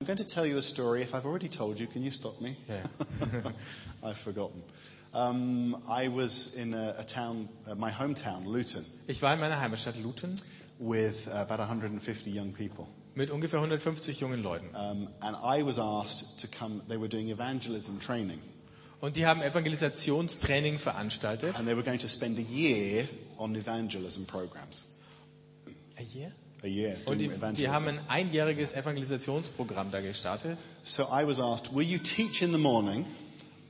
I'm going to tell you a story. If I've already told you, can you stop me? Yeah. I've forgotten. Um, I was in a, a town, uh, my hometown, Luton, Ich war in meiner Heimatstadt Luton with uh, about 150 young people. mit ungefähr 150 jungen Leuten. Um, and I was asked to come, they were doing evangelism training. Und die haben Evangelisationstraining veranstaltet. And they were going to spend a year on evangelism programs. A year Und doing die, die haben evangelism. ein einjähriges Evangelisationsprogramm da gestartet. So I was asked, will you teach in the morning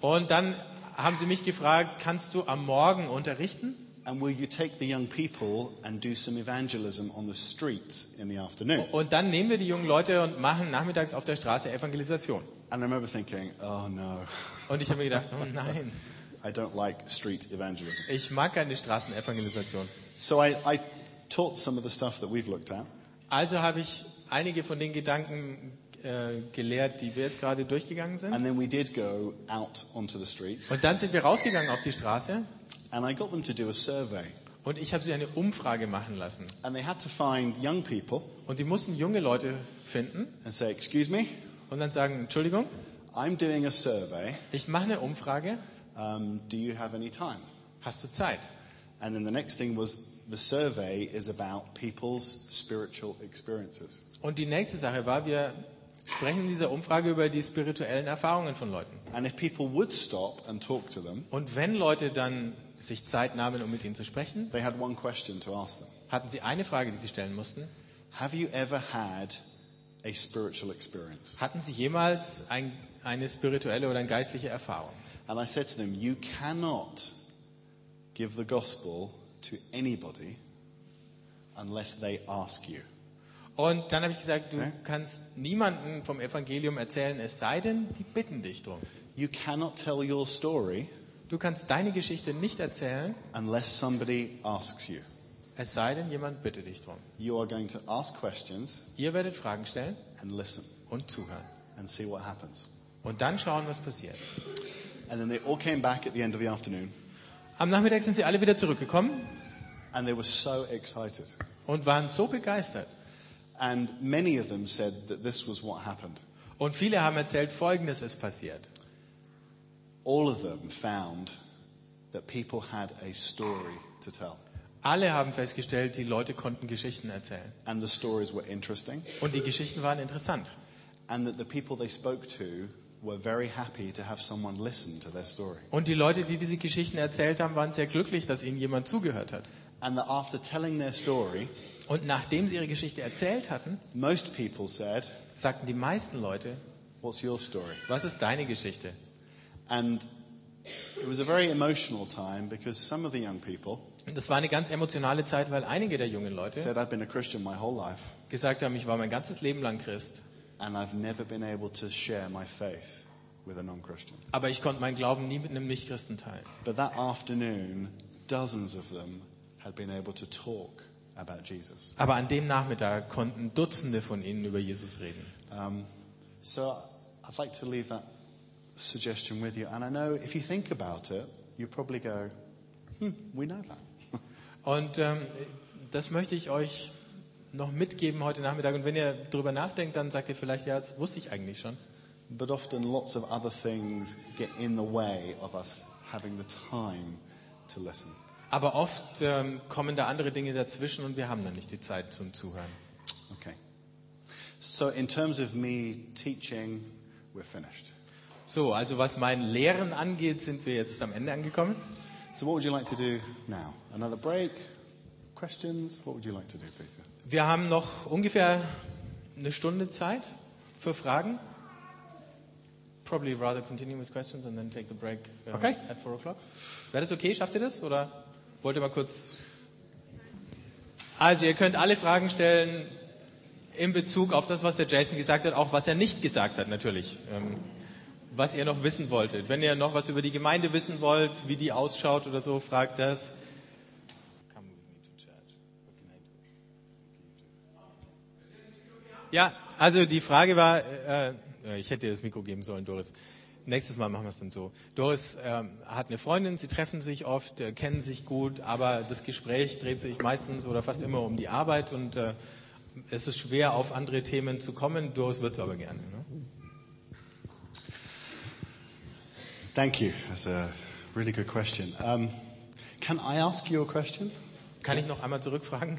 Und dann haben sie mich gefragt, kannst du am Morgen unterrichten? and will you take the young people and do some evangelism on the streets in the afternoon? Und dann nehmen wir die jungen Leute und machen nachmittags auf der Straße Evangelisation. And I remember thinking, oh no, Und ich habe mir gedacht, oh nein, I don't like street evangelism. ich mag keine Straßenevangelisation. So I, I taught some of the stuff that we've looked at. Also habe ich einige von den Gedanken äh, gelehrt, die wir jetzt gerade durchgegangen sind. And then we did go out onto the streets Und dann sind wir rausgegangen auf die Straße and I got them to do a survey. und ich habe sie eine Umfrage machen lassen. And they had to find young people Und die mussten junge Leute finden and say, excuse me, und dann sagen, Entschuldigung, I'm doing a survey. ich mache eine Umfrage, Um, do you have any time? hast du Zeit? And then the next thing was the survey is about people's spiritual experiences. Und die nächste Sache war, wir sprechen in dieser Umfrage über die spirituellen Erfahrungen von Leuten. And if people would stop and talk to them, Und wenn Leute dann sich Zeit nahmen, um mit ihnen zu sprechen, they had one question to ask them hatten sie eine Frage, die sie stellen mussten. Have you ever had a spiritual experience? Hatten sie jemals ein, eine spirituelle oder eine geistliche Erfahrung? And I said to them, You cannot give the gospel to anybody unless they ask you. Und dann habe ich gesagt, du Okay. kannst niemandem vom Evangelium erzählen, es sei denn, die bitten dich drum. You cannot tell your story Du kannst deine Geschichte nicht erzählen, unless somebody asks you. es sei denn, jemand bitte dich drum. You are going to ask questions Ihr werdet Fragen stellen and listen und zuhören. and see what happens. Und dann schauen, was passiert. And then they all came back at the end of the afternoon Am Nachmittag sind sie alle wieder zurückgekommen and they were so excited. und waren so begeistert. And many of them said that this was what happened. Und viele haben erzählt, Folgendes ist passiert. All of them found that people had a story to tell. Alle haben festgestellt, die Leute konnten Geschichten erzählen. And the stories were interesting. Und die Geschichten waren interessant. And that the people they spoke to were very happy to have someone listen to their story. Und die Leute, die diese Geschichten erzählt haben, waren sehr glücklich, dass ihnen jemand zugehört hat. And that after telling their story, Und nachdem sie ihre Geschichte erzählt hatten, most people said, sagten die meisten Leute, What's your story? was ist deine Geschichte? And it was a very emotional time because some of the young people Und das war eine ganz emotionale Zeit, weil einige der jungen Leute said, I've been a Christian my whole life. gesagt haben, ich war mein ganzes Leben lang Christ, and I've never been able to share my faith with a non Christian. aber ich konnte meinen Glauben nie mit einem Nichtchristen teilen. But that afternoon, dozens of them had been able to talk about Jesus. Aber an dem Nachmittag konnten Dutzende von ihnen über Jesus reden. Um, so I'd like to leave that suggestion with you. And I know if you think about it, you probably go, hmm, we know that. Und ähm, das möchte ich euch noch mitgeben heute Nachmittag. Und wenn ihr drüber nachdenkt, dann sagt ihr vielleicht, ja, das wusste ich eigentlich schon. but often lots of other things get in the way of us having the time to listen. Aber oft ähm, kommen da andere Dinge dazwischen und wir haben dann nicht die Zeit zum Zuhören. Okay. So, in terms of me teaching, we're finished. So, also was mein Lehren angeht, sind wir jetzt am Ende angekommen. So, what would you like to do now? Another break? Questions? What would you like to do, Peter? Wir haben noch ungefähr eine Stunde Zeit für Fragen. Probably rather continue with questions and then take the break ähm, Okay. at 4 o'clock. Wäre das okay? Schafft ihr das? Oder wollt ihr mal kurz... Also ihr könnt alle Fragen stellen in Bezug auf das, was der Jason gesagt hat, auch was er nicht gesagt hat natürlich. Ähm, was ihr noch wissen wolltet. Wenn ihr noch was über die Gemeinde wissen wollt, wie die ausschaut oder so, fragt das. Ja, also die Frage war, äh, äh, ich hätte dir das Mikro geben sollen, Doris. Nächstes Mal machen wir es dann so. Doris ähm, hat eine Freundin, sie treffen sich oft, äh, kennen sich gut, aber das Gespräch dreht sich meistens oder fast immer um die Arbeit und äh, es ist schwer, auf andere Themen zu kommen. Doris wird es aber gerne. Ne? Thank you. That's a really good question. Um, can I ask you a question? Kann ich noch einmal zurückfragen?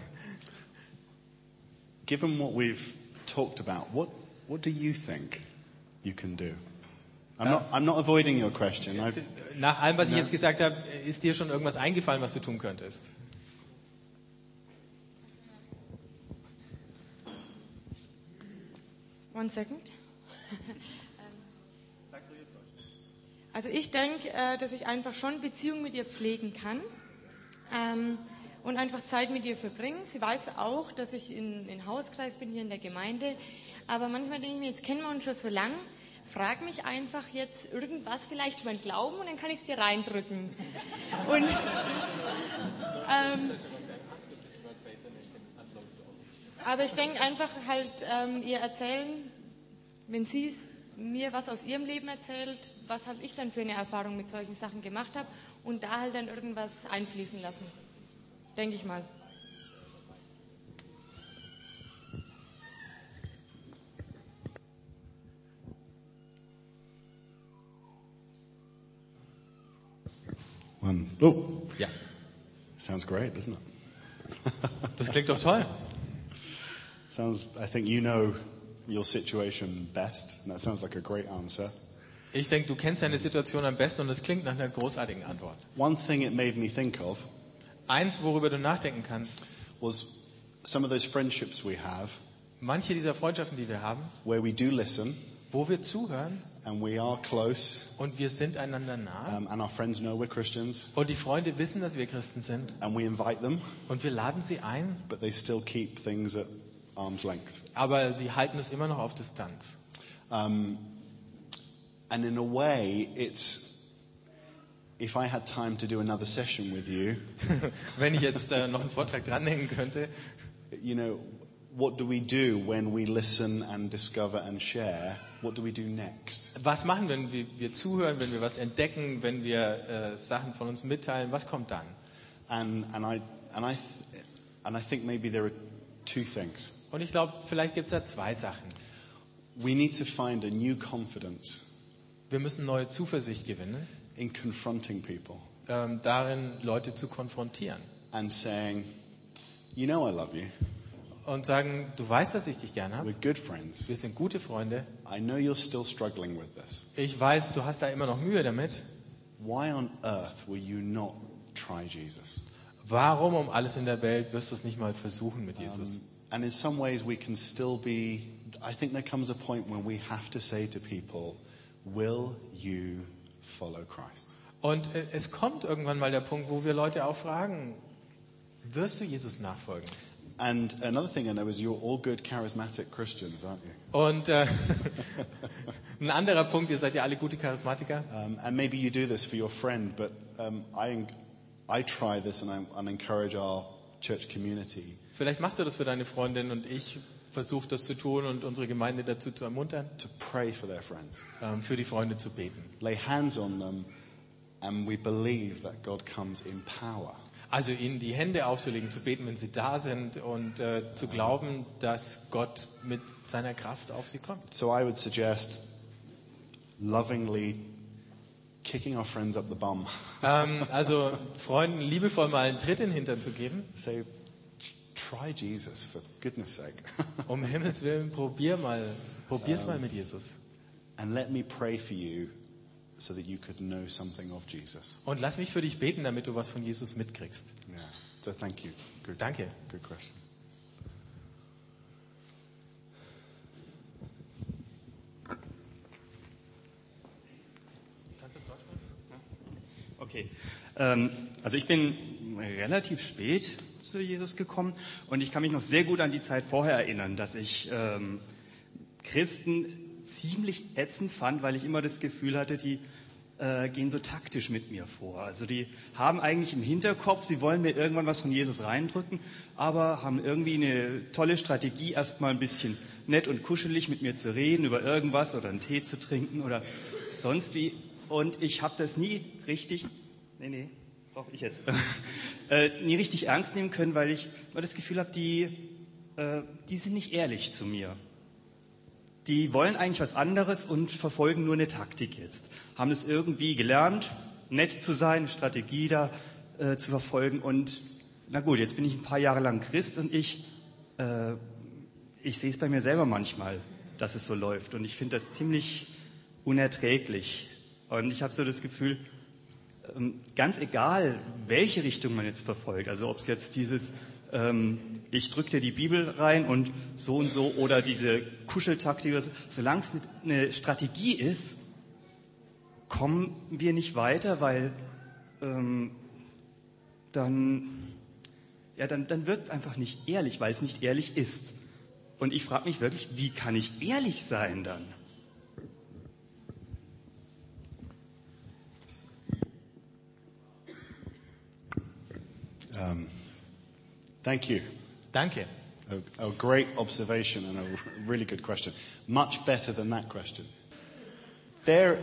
Given what we've talked about, what, what do you think you can do? I'm, not, I'm not avoiding your question. I, Nach allem, was ich jetzt gesagt habe, äh, ist dir schon irgendwas eingefallen, was du tun könntest? One second. Also ich denke, äh, dass ich einfach schon Beziehung mit ihr pflegen kann ähm, und einfach Zeit mit ihr verbringen. Sie weiß auch, dass ich in, in Hauskreis bin, hier in der Gemeinde. Aber manchmal denke ich mir, jetzt kennen wir uns schon so lang. Frag mich einfach jetzt irgendwas vielleicht über den Glauben und dann kann ich es dir reindrücken. Und ähm, aber ich denke einfach halt ähm, ihr erzählen, wenn sie es mir was aus ihrem Leben erzählt, was habe ich dann für eine Erfahrung mit solchen Sachen gemacht habe und da halt dann irgendwas einfließen lassen. Denke ich mal. one, oh, Ja. sounds great, doesn't it? Das klingt doch toll. Sounds, I think you know your situation best, and that sounds like a great answer. Ich denke, du kennst deine Situation am besten und das klingt nach einer großartigen Antwort. One thing it made me think of Eins, worüber du nachdenken kannst, was some of those friendships we have manche dieser Freundschaften, die wir haben, where we do listen wo wir zuhören and we are close, und wir sind einander nah um, and our friends know we're Christians, und die Freunde wissen, dass wir Christen sind and we invite them, und wir laden sie ein, but they still keep things at arm's length. aber sie halten es immer noch auf Distanz. And in a way, it's if I had time to do another session with you, Wenn ich jetzt äh, noch einen Vortrag dranhängen könnte, you know, what do we do when we listen and discover and share? What do we do next? was machen, wenn wir, wir zuhören, wenn wir was entdecken, wenn wir äh, Sachen von uns mitteilen, was kommt dann? And, and, I, and, I th- and I think maybe there are two things. Und ich glaube, vielleicht gibt es da zwei Sachen. We need to find a new confidence Wir müssen neue Zuversicht gewinnen, in confronting people ähm, darin Leute zu konfrontieren and saying, You know, I love you. und sagen, du weißt, dass ich dich gern We're habe, good friends. wir sind gute Freunde, I know you're still struggling with this. ich weiß, du hast da immer noch Mühe damit, Why on earth will you not try Jesus? warum um alles in der Welt wirst du es nicht mal versuchen mit Jesus? And in some ways, we can still be. I think there comes a point when we have to say to people, Will you follow Christ? Und äh, es kommt irgendwann mal der Punkt, wo wir Leute auch fragen, wirst du Jesus nachfolgen? And another thing I know is you're all good charismatic Christians, aren't you? Und äh, ein anderer Punkt, ihr seid ja alle gute Charismatiker. Um, and maybe you do this for your friend, but um, I, I try this and I and encourage our church community Vielleicht machst du das für deine Freundin und ich versuche das zu tun und unsere Gemeinde dazu zu ermuntern, to pray for their friends, ähm, für die Freunde zu beten. lay hands on them, and we believe that God comes in power. Also ihnen die Hände aufzulegen, zu beten, wenn sie da sind und äh, zu glauben, dass Gott mit seiner Kraft auf sie kommt. So I would suggest lovingly kicking our friends up the bum. Ähm, also Freunden liebevoll mal einen Tritt in den Hintern zu geben. Say, try Jesus for goodness sake. Um Himmels Willen, probier mal, probier's mal mit Jesus. and let me pray for you so that you could know something of Jesus. Und lass mich für dich beten, damit du was von Jesus mitkriegst. Yeah. So thank you. Good, Danke. good question. Okay. Ähm, also ich bin relativ spät zu Jesus gekommen und ich kann mich noch sehr gut an die Zeit vorher erinnern, dass ich ähm, Christen ziemlich ätzend fand, weil ich immer das Gefühl hatte, die äh, gehen so taktisch mit mir vor. Also die haben eigentlich im Hinterkopf, sie wollen mir irgendwann was von Jesus reindrücken, aber haben irgendwie eine tolle Strategie, erstmal ein bisschen nett und kuschelig mit mir zu reden, über irgendwas oder einen Tee zu trinken oder sonst wie. Und ich habe das nie richtig, nee, nee, doch ich jetzt, äh, nie richtig ernst nehmen können, weil ich immer das Gefühl habe, die, äh, die sind nicht ehrlich zu mir. die wollen eigentlich was anderes und verfolgen nur eine Taktik jetzt. Haben es irgendwie gelernt, nett zu sein, Strategie da äh, zu verfolgen. Und na gut, jetzt bin ich ein paar Jahre lang Christ und ich, äh, ich sehe es bei mir selber manchmal, dass es so läuft. Und ich finde das ziemlich unerträglich. Und ich habe so das Gefühl, ähm, ganz egal, welche Richtung man jetzt verfolgt, also ob es jetzt dieses, ähm, ich drücke dir die Bibel rein und so und so oder diese Kuscheltaktik, oder so, solange es eine Strategie ist, kommen wir nicht weiter, weil ähm, dann, ja, dann, dann wirkt es einfach nicht ehrlich, weil es nicht ehrlich ist. Und ich frage mich wirklich, wie kann ich ehrlich sein dann? Um, thank you. Danke. A, a great observation and a really good question. Much better than that question. There,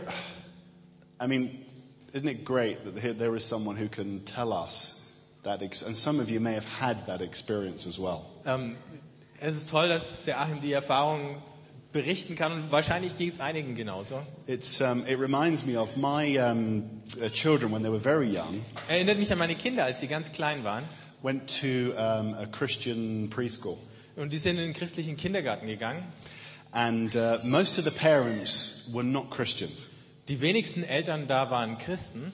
I mean, isn't it great that here- there is someone who can tell us that, ex- and some of you may have had that experience as well. Ähm, es ist toll, dass der Achim die Erfahrung berichten kann und wahrscheinlich geht es einigen genauso. It's, um, it reminds me of my um, uh, children when they were very young Erinnert mich an meine Kinder, als sie ganz klein waren. went to um, a Christian preschool, Und die sind in den christlichen Kindergarten gegangen. and uh, most of the parents were not Christians. Die wenigsten Eltern da waren Christen.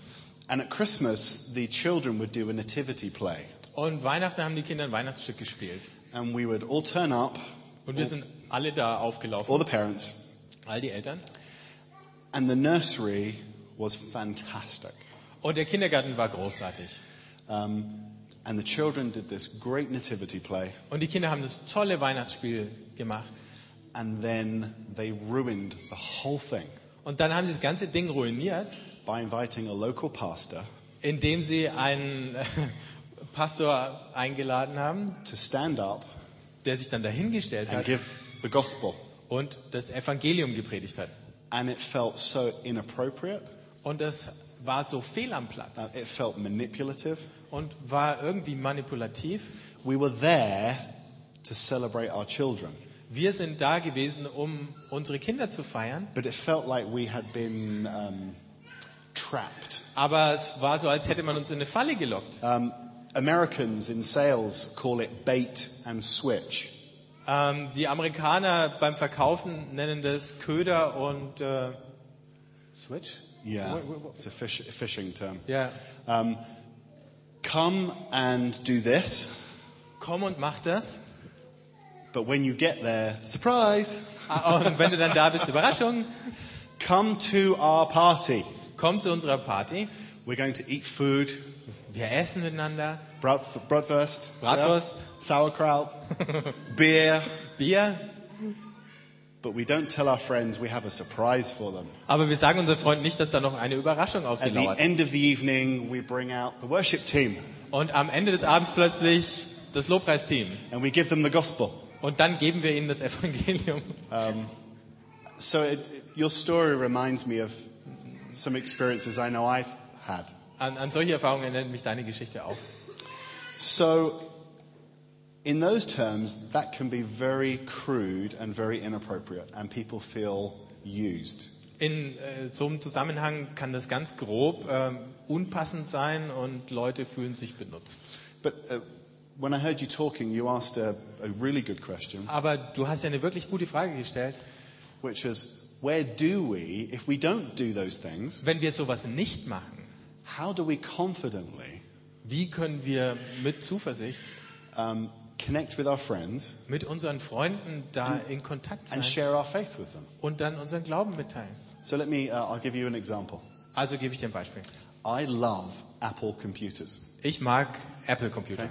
And at Christmas, the children would do a nativity play, Und Weihnachten haben die Kinder ein Weihnachtsstück gespielt. and we would all turn up, Und wir sind alle da aufgelaufen. all the parents, All die Eltern. and the nursery was fantastic. Und der Kindergarten war großartig. Um, and the children did this great nativity play, Und die Kinder haben das tolle Weihnachtsspiel gemacht. and then they ruined the whole thing Und dann haben sie das ganze Ding ruiniert, by inviting a local pastor indem sie einen äh, Pastor eingeladen haben, to stand up der sich dann dahingestellt and hat give the gospel. und das Evangelium gepredigt hat. And it felt so inappropriate, Und das war so fehl am uh, Platz it felt manipulative. und war irgendwie manipulativ. We were there to celebrate our children, Wir sind da gewesen, um unsere Kinder zu feiern, but it felt like we had been um, trapped. aber es war so, als hätte man uns in eine Falle gelockt. Um, Americans in sales call it bait and switch. Ähm, die Amerikaner beim Verkaufen nennen das Köder und äh, Switch? Yeah, Wo- wo- wo- it's a, fish, a fishing term. Ja. Um, come and do this, Komm und mach das. but when you get there, surprise! Ah, Und wenn du dann da bist, Überraschung, Come to our party. komm zu unserer Party. We're going to eat food, Wir essen miteinander, brat, bratwurst, yeah, Bratwurst. sauerkraut, beer, Bier, but we don't tell our friends we have a surprise for them. aber wir sagen unseren Freunden nicht, dass da noch eine Überraschung auf sie At the lauert. end of the evening, we bring out the worship team Und am Ende des Abends plötzlich das Lobpreisteam. and we give them the gospel. Und dann geben wir ihnen das Evangelium. So it, it- your story reminds me of some experiences I know I've had. An, an solche Erfahrungen erinnert mich deine Geschichte auch. So in those terms, that can be very crude and very inappropriate, and people feel used. In äh, so einem Zusammenhang kann das ganz grob ähm, unpassend sein und Leute fühlen sich benutzt. But uh, when I heard you talking, you asked a, a really good question, Aber du hast ja eine wirklich gute Frage gestellt. which is where do we, if we don't do those things, Wenn wir sowas nicht machen, how do we confidently wie können wir mit Zuversicht um, connect with our friends mit unseren Freunden da in Kontakt and sein share our faith with them? und dann unseren Glauben mitteilen? So let me, uh, I'll give you an example. Also gebe ich dir ein Beispiel. I love Apple computers. Ich mag Apple-Computer.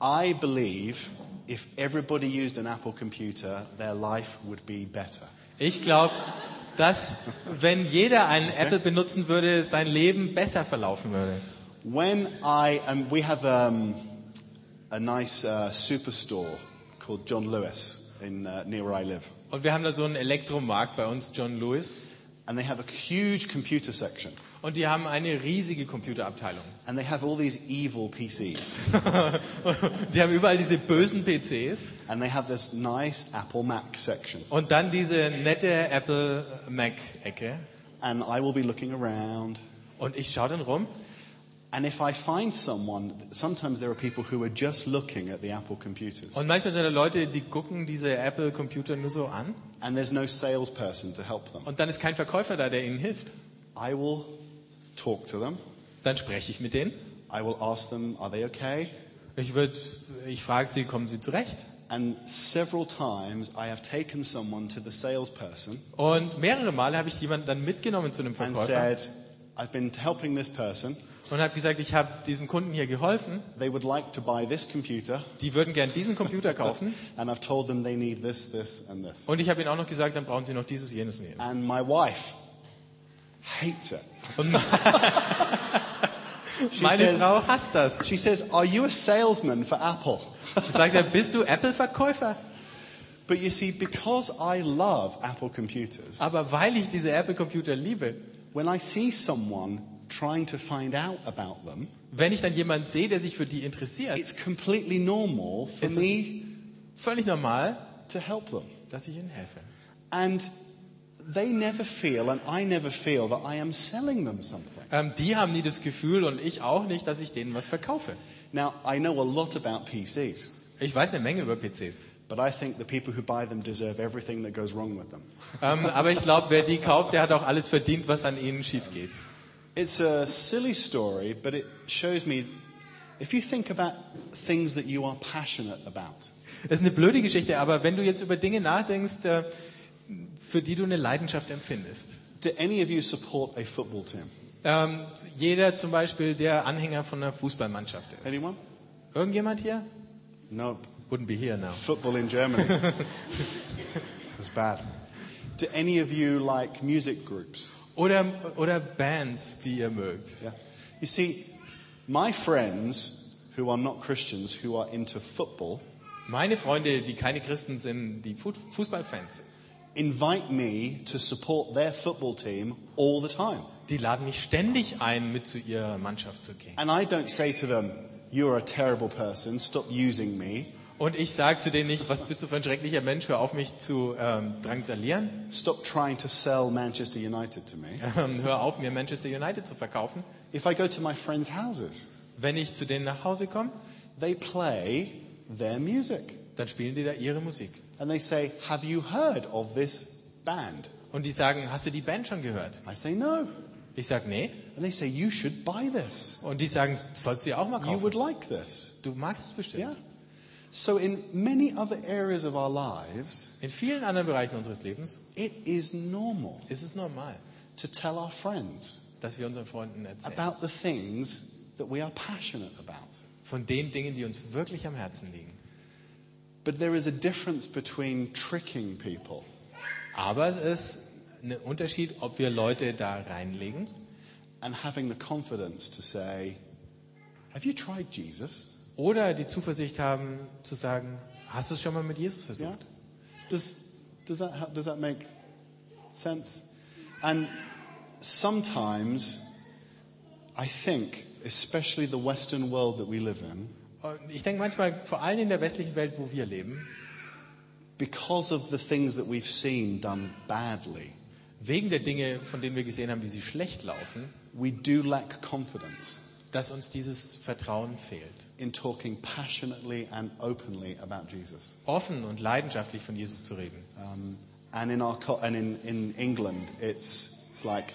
I believe if everybody used an Apple computer, their life would be better. Ich glaube, dass wenn jeder einen Apple benutzen würde, sein Leben besser verlaufen würde. When I, um, we have um, a nice uh, superstore called John Lewis in, uh, near where I live. Und wir haben da so einen Elektromarkt bei uns, John Lewis. And they have a huge computer section. Und die haben eine riesige Computerabteilung. and they have all these evil PCs, Die haben überall diese bösen PCs and they have this nice Apple Mac section. und dann diese nette Apple Mac Ecke. And I will be looking around, Und ich schaue dann rum and if I find someone, sometimes there are people who are just looking at the Apple computers, und manchmal sind da Leute, die gucken diese Apple Computer nur so an and there's no salesperson to help them. und dann ist kein Verkäufer da, der ihnen hilft. I will talk to them. Dann spreche ich mit denen. I will ask them, are they okay? Ich würde, ich frage sie, kommen sie zurecht? And several times I have taken someone to the salesperson Und mehrere Male habe ich jemanden dann mitgenommen zu einem and Verkäufer said, I've been helping this person. und habe gesagt, ich habe diesem Kunden hier geholfen. They would like to buy this computer. Die würden gern diesen Computer kaufen. And I've told them they need this, this, and this. Und ich habe ihnen auch noch gesagt, dann brauchen sie noch dieses, jenes und jenes. And my wife hates it. she, Meine says, Frau hasst das. she says, Are you a salesman for Apple? Sagt er, bist du Apple-Verkäufer? But you see, because I love Apple computers, Aber weil ich diese Apple-Computer liebe, when I see someone trying to find out about them, wenn ich dann jemanden sehe, der sich für die interessiert, it's completely normal for It's a- me völlig normal, to help them. dass ich ihnen helfe. And they never feel, and I never feel, that I am selling them something. Ähm, die haben nie das Gefühl und ich auch nicht, dass ich denen was verkaufe. Now, I know a lot about PCs, Ich weiß eine Menge über PCs. but I think the people who buy them deserve everything that goes wrong with them. Ähm, aber ich glaube, wer die kauft, der hat auch alles verdient, was an ihnen schief geht. It's a silly story, but it shows me if you think about things that you are passionate about, Das ist eine blöde Geschichte, aber wenn du jetzt über Dinge nachdenkst, äh, für die du eine Leidenschaft empfindest. do any of you support a football team? Ähm, jeder zum Beispiel, der Anhänger von einer Fußballmannschaft ist. Anyone? Irgendjemand hier? No. Wouldn't be here now. Football in Germany. That's bad. Do any of you like music groups? Oder, oder Bands, die ihr mögt. Yeah. You see, my friends who are not Christians, who are into football, Meine Freunde, die keine Christen sind, die Fu- Fußballfans sind, invite me to support their football team all the time. die laden mich ständig ein, mit zu ihrer Mannschaft zu gehen. And I don't say to them, You're a terrible person, stop using me, Und ich sage zu denen nicht, was bist du für ein schrecklicher Mensch, hör auf mich zu ähm, drangsalieren, stop trying to sell Manchester United to me. ähm, hör auf mir Manchester United zu verkaufen. If I go to my friends' houses, Wenn ich zu denen nach Hause komme, they play their music. dann spielen die da ihre Musik. And they say, Have you heard of this band? Und die sagen, hast du die Band schon gehört? I say, No. Ich sage, nee. And they say, You should buy this. Und die sagen, sollst du dir auch mal You kaufen? would like this. Du magst es bestimmt. Yeah. So, in many other areas of our lives, In vielen anderen Bereichen unseres Lebens it is normal ist es normal, to tell our friends dass wir unseren Freunden erzählen. about the things that we are passionate about. von den Dingen, die uns wirklich am Herzen liegen. But there is a difference between tricking people Aber es ist ein Unterschied, ob wir Leute da reinlegen and having the confidence to say, Have you tried Jesus? oder die Zuversicht haben zu sagen, hast du es schon mal mit Jesus Yeah? versucht? Does, does, that, ha- does that make sense? And sometimes I think, especially the Western world that we live in, Und ich denke manchmal, vor allem in der westlichen Welt, wo wir leben, because of the things that we've seen done badly, wegen der Dinge, von denen wir gesehen haben, wie sie schlecht laufen, we do lack confidence dass uns dieses Vertrauen fehlt. in talking passionately and openly about Jesus. Offen und leidenschaftlich von Jesus zu reden. Um, and in our co- and in, in England, it's, it's like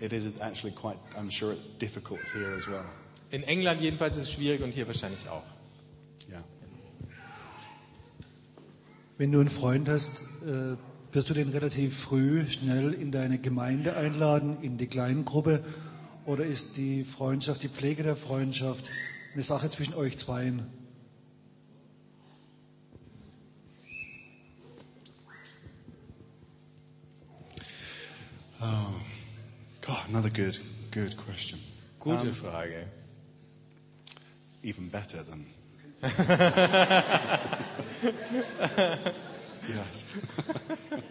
it is actually quite. I'm sure it's difficult here as well. In England jedenfalls ist es schwierig und hier wahrscheinlich auch. Yeah. Wenn du einen Freund hast, äh, wirst du den relativ früh schnell in deine Gemeinde einladen, in die Kleingruppe? Oder ist die Freundschaft, die Pflege der Freundschaft eine Sache zwischen euch zweien? God, another good, good question. Gute Frage. Even better than. yes.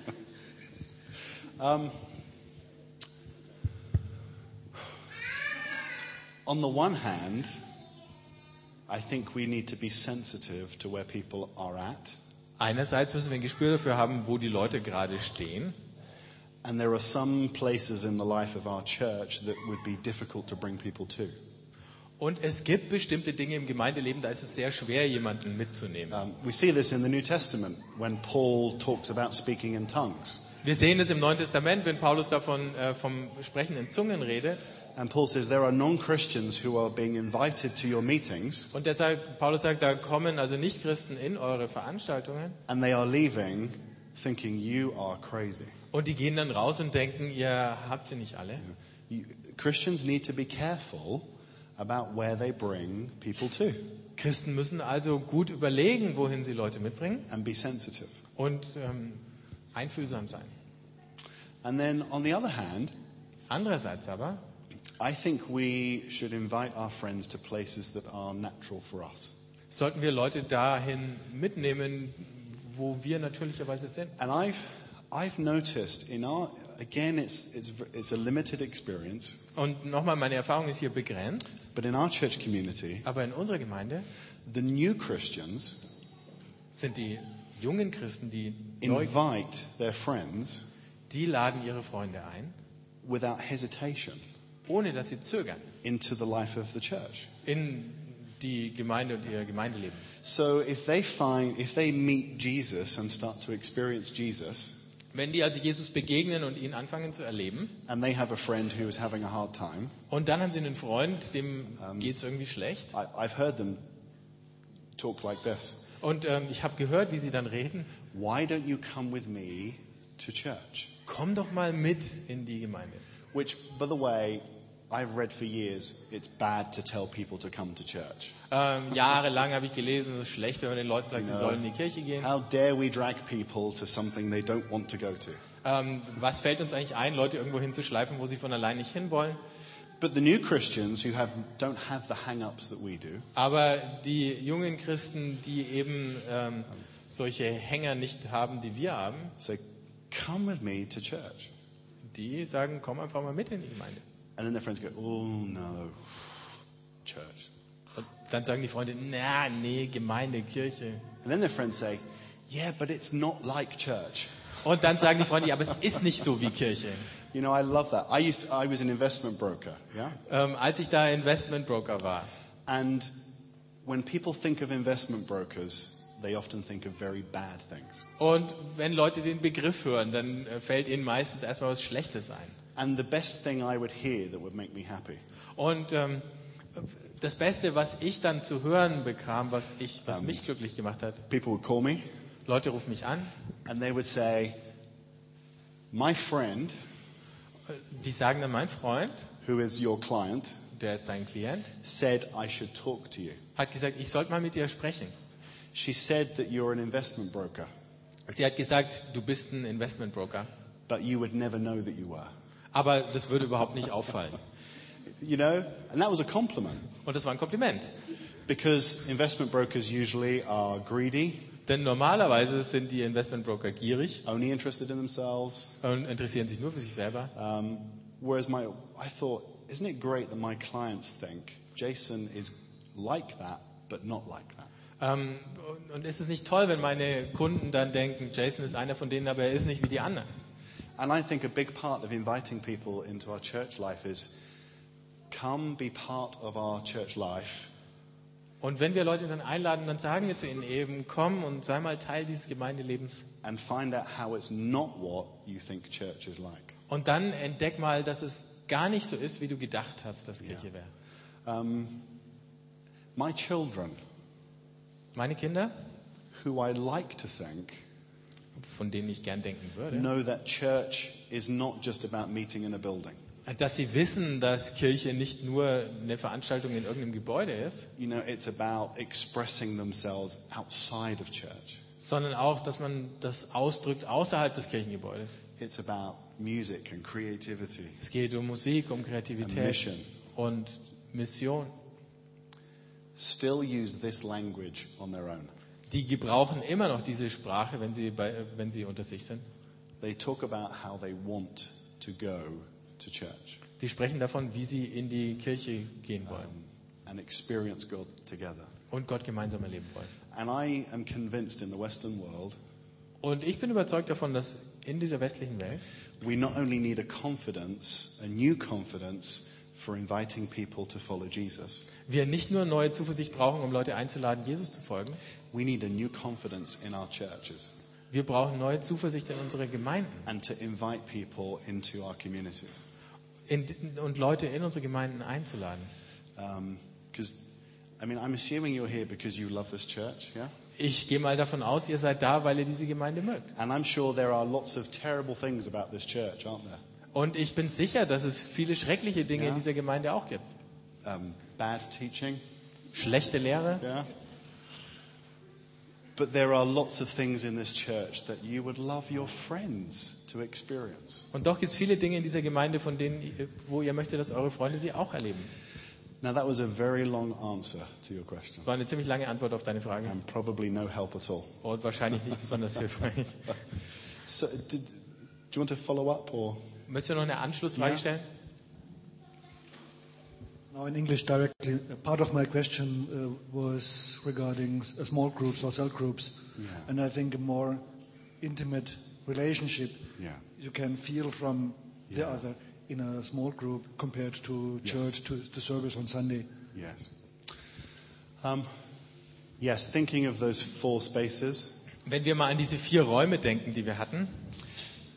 um, on the one hand, I think we need to be sensitive to where people are at. Einerseits müssen wir ein Gespür dafür haben, wo die Leute gerade stehen. And there are some places in the life of our church that would be difficult to bring people to. Und es gibt bestimmte Dinge im Gemeindeleben, da ist es sehr schwer, jemanden mitzunehmen. Um, we see this in the New Testament when Paul talks about speaking in tongues. Wir sehen es im Neuen Testament, wenn Paulus davon äh, vom Sprechen in Zungen redet. And Paul says there are non Christians who are being invited to your meetings Und deshalb, Paulus sagt, da kommen also Nichtchristen in eure Veranstaltungen and they are leaving thinking you are crazy. und die gehen dann raus und denken, ihr habt sie nicht alle. You, Christians need to be careful about where they bring people to Christen müssen also gut überlegen, wohin sie Leute mitbringen and be sensitive. und ähm, einfühlsam sein. And then on the other hand, Andererseits aber I think we should invite our friends to places that are natural for us. sollten wir Leute dahin mitnehmen, wo wir natürlicherweise sind. And I've, I've noticed in our, again, it's, it's, v- it's a limited experience, Und nochmal, meine Erfahrung ist hier begrenzt, but in our church community, aber in unserer Gemeinde the new Christians sind die jungen Christen, die neu, invite their friends die laden ihre Freunde ein, without hesitation ohne dass sie zögern, into the life of the church. in die Gemeinde und ihr Gemeindeleben. So if they find, if they meet Jesus and start to experience Jesus, Wenn die also Jesus begegnen und ihn anfangen zu erleben, and they have a friend who is having a hard time, und dann haben sie einen Freund, dem geht's irgendwie schlecht. I, I've heard them talk like this. Und ähm, ich habe gehört, wie sie dann reden, Why don't you come with me to church? komm doch mal mit in die Gemeinde. Which, by the way, I've read for years it's bad to tell people to come to church. Ähm, jahrelang habe ich gelesen, es ist schlecht, wenn man den Leuten sagt, sie sollen in die Kirche gehen. How dare we drag people to something they don't want to go to? Ähm, was fällt uns eigentlich ein, Leute irgendwo hinzuschleifen, wo sie von allein nicht hinwollen? But the new Christians who have, don't have the hang ups that we do, Aber die jungen Christen, die eben ähm, solche Hänger nicht haben, die wir haben, say, Come with me to church. die sagen, komm einfach mal mit in die Gemeinde. And then their friends go, Oh no, church. Und dann sagen die Freunde, na, nee, Gemeinde, Kirche. And then their friends say, Yeah, but it's not like church. Und dann sagen die Freunde, ja, aber es ist nicht so wie Kirche. You know, I love that. I used to, I was an investment broker, yeah? Ähm, als ich da Investmentbroker war, And when people think of investment brokers, they often think of very bad things. und wenn Leute den Begriff hören, dann äh, fällt ihnen meistens erstmal was Schlechtes ein. And the best thing I would hear that would make me happy Und ähm, das Beste, was ich dann zu hören bekam, was, ich, was mich glücklich gemacht hat, people would call me Leute rufen mich an, and they would say, My friend, die sagen dann, mein Freund, who is your client, der ist dein Klient, said I should talk to you. hat gesagt, ich sollte mal mit dir sprechen. She said that you're an investment broker, Sie hat gesagt, du bist ein Investmentbroker, but you would never know that you were. aber das würde überhaupt nicht auffallen. You know? And that was a compliment Und das war ein Kompliment. because investment brokers usually are greedy, Denn normalerweise sind die Investmentbroker gierig only interested in themselves. und interessieren sich nur für sich selber. Um, whereas my, I thought, isn't it great that my clients think Jason is like that, but not like that? Ähm, und- und ist es nicht toll, wenn meine Kunden dann denken, Jason ist einer von denen, aber er ist nicht wie die anderen? And I think a big part of inviting people into our church life is come be part of our church life, Und wenn wir Leute dann einladen, dann sagen wir zu ihnen eben, komm und sei mal Teil dieses Gemeindelebens. and find out how it's not what you think church is like. Und dann entdeck mal, dass es gar nicht so ist, wie du gedacht hast, dass Kirche wäre. Um, my children, Meine Kinder, who I like to think, von denen ich gern denken würde, know that church is not just about meeting in a building. dass sie wissen, dass Kirche nicht nur eine Veranstaltung in irgendeinem Gebäude ist, You know, it's about expressing themselves outside of church. sondern auch, dass man das ausdrückt außerhalb des Kirchengebäudes. It's about music and creativity. Es geht um Musik, um And Kreativität mission. und Mission. Still use this language on their own. Die gebrauchen immer noch diese Sprache, wenn sie, bei, wenn sie unter sich sind. They talk about how they want to go to church. Die die sprechen davon, wie sie in die Kirche gehen wollen and experience God together. und Gott gemeinsam erleben wollen. And I am convinced in the Western world, Und ich bin überzeugt davon, dass in dieser westlichen Welt we not only need a confidence, a new confidence for inviting people to follow Jesus, wir nicht nur neue Zuversicht brauchen, um Leute einzuladen, Jesus zu folgen, we need a new confidence in our churches wir brauchen neue Zuversicht in unsere Gemeinden and to invite people into our communities. in, und Leute in unsere Gemeinden einzuladen. Because, Um, I mean, I'm assuming you're here because you love this church, yeah? Ich gehe mal davon aus, ihr seid da, weil ihr diese Gemeinde mögt. And I'm sure there are lots of terrible things about this church, aren't there? Und ich bin sicher, dass es viele schreckliche Dinge Ja. in dieser Gemeinde auch gibt. Um, bad teaching, Schlechte Lehre. yeah? But there are lots of things in this church that you would love your friends to experience. Und doch gibt es viele Dinge in dieser Gemeinde, von denen, ihr- wo ihr möchtet, dass eure Freunde sie auch erleben. Now, that was a very long answer to your question, Das war eine ziemlich lange Antwort auf deine Frage and probably no help at all. und wahrscheinlich nicht besonders hilfreich. So, did, do you want to follow up or? Müsst ihr noch eine Anschlussfrage Ja. stellen? Now, in English directly, uh, part of my question uh, was regarding s- uh, small groups or cell groups. And I think a more intimate relationship Yeah. you can feel from the Yeah. other in a small group compared to church, to, to service on Sunday. Yes. Um, yes, thinking of those four spaces. Wenn wir mal an diese vier Räume denken, die wir hatten,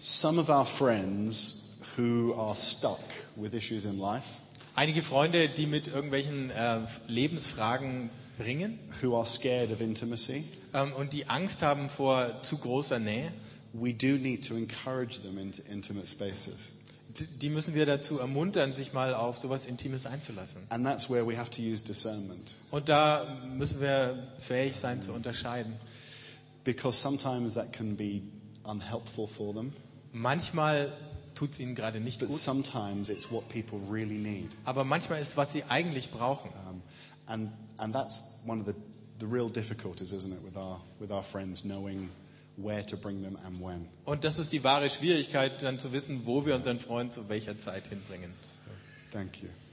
Some of our friends who are stuck with issues in life, einige Freunde, die mit irgendwelchen äh, Lebensfragen ringen who are scared of intimacy, ähm, und die Angst haben vor zu großer Nähe, we do need to encourage them into intimate spaces. d- die müssen wir dazu ermuntern, sich mal auf sowas Intimes einzulassen. And that's where we have to use discernment. Und da müssen wir fähig sein zu unterscheiden. Because sometimes that can be unhelpful for them, Manchmal tut es ihnen gerade nicht but gut, sometimes it's what people really need. aber manchmal ist es, was sie eigentlich brauchen. Um, and, and that's one of the, the real difficulties, isn't it, with our, with our friends, knowing where to bring them and when. Und das ist die wahre Schwierigkeit, dann zu wissen, wo wir unseren Freund zu welcher Zeit hinbringen. Thank you.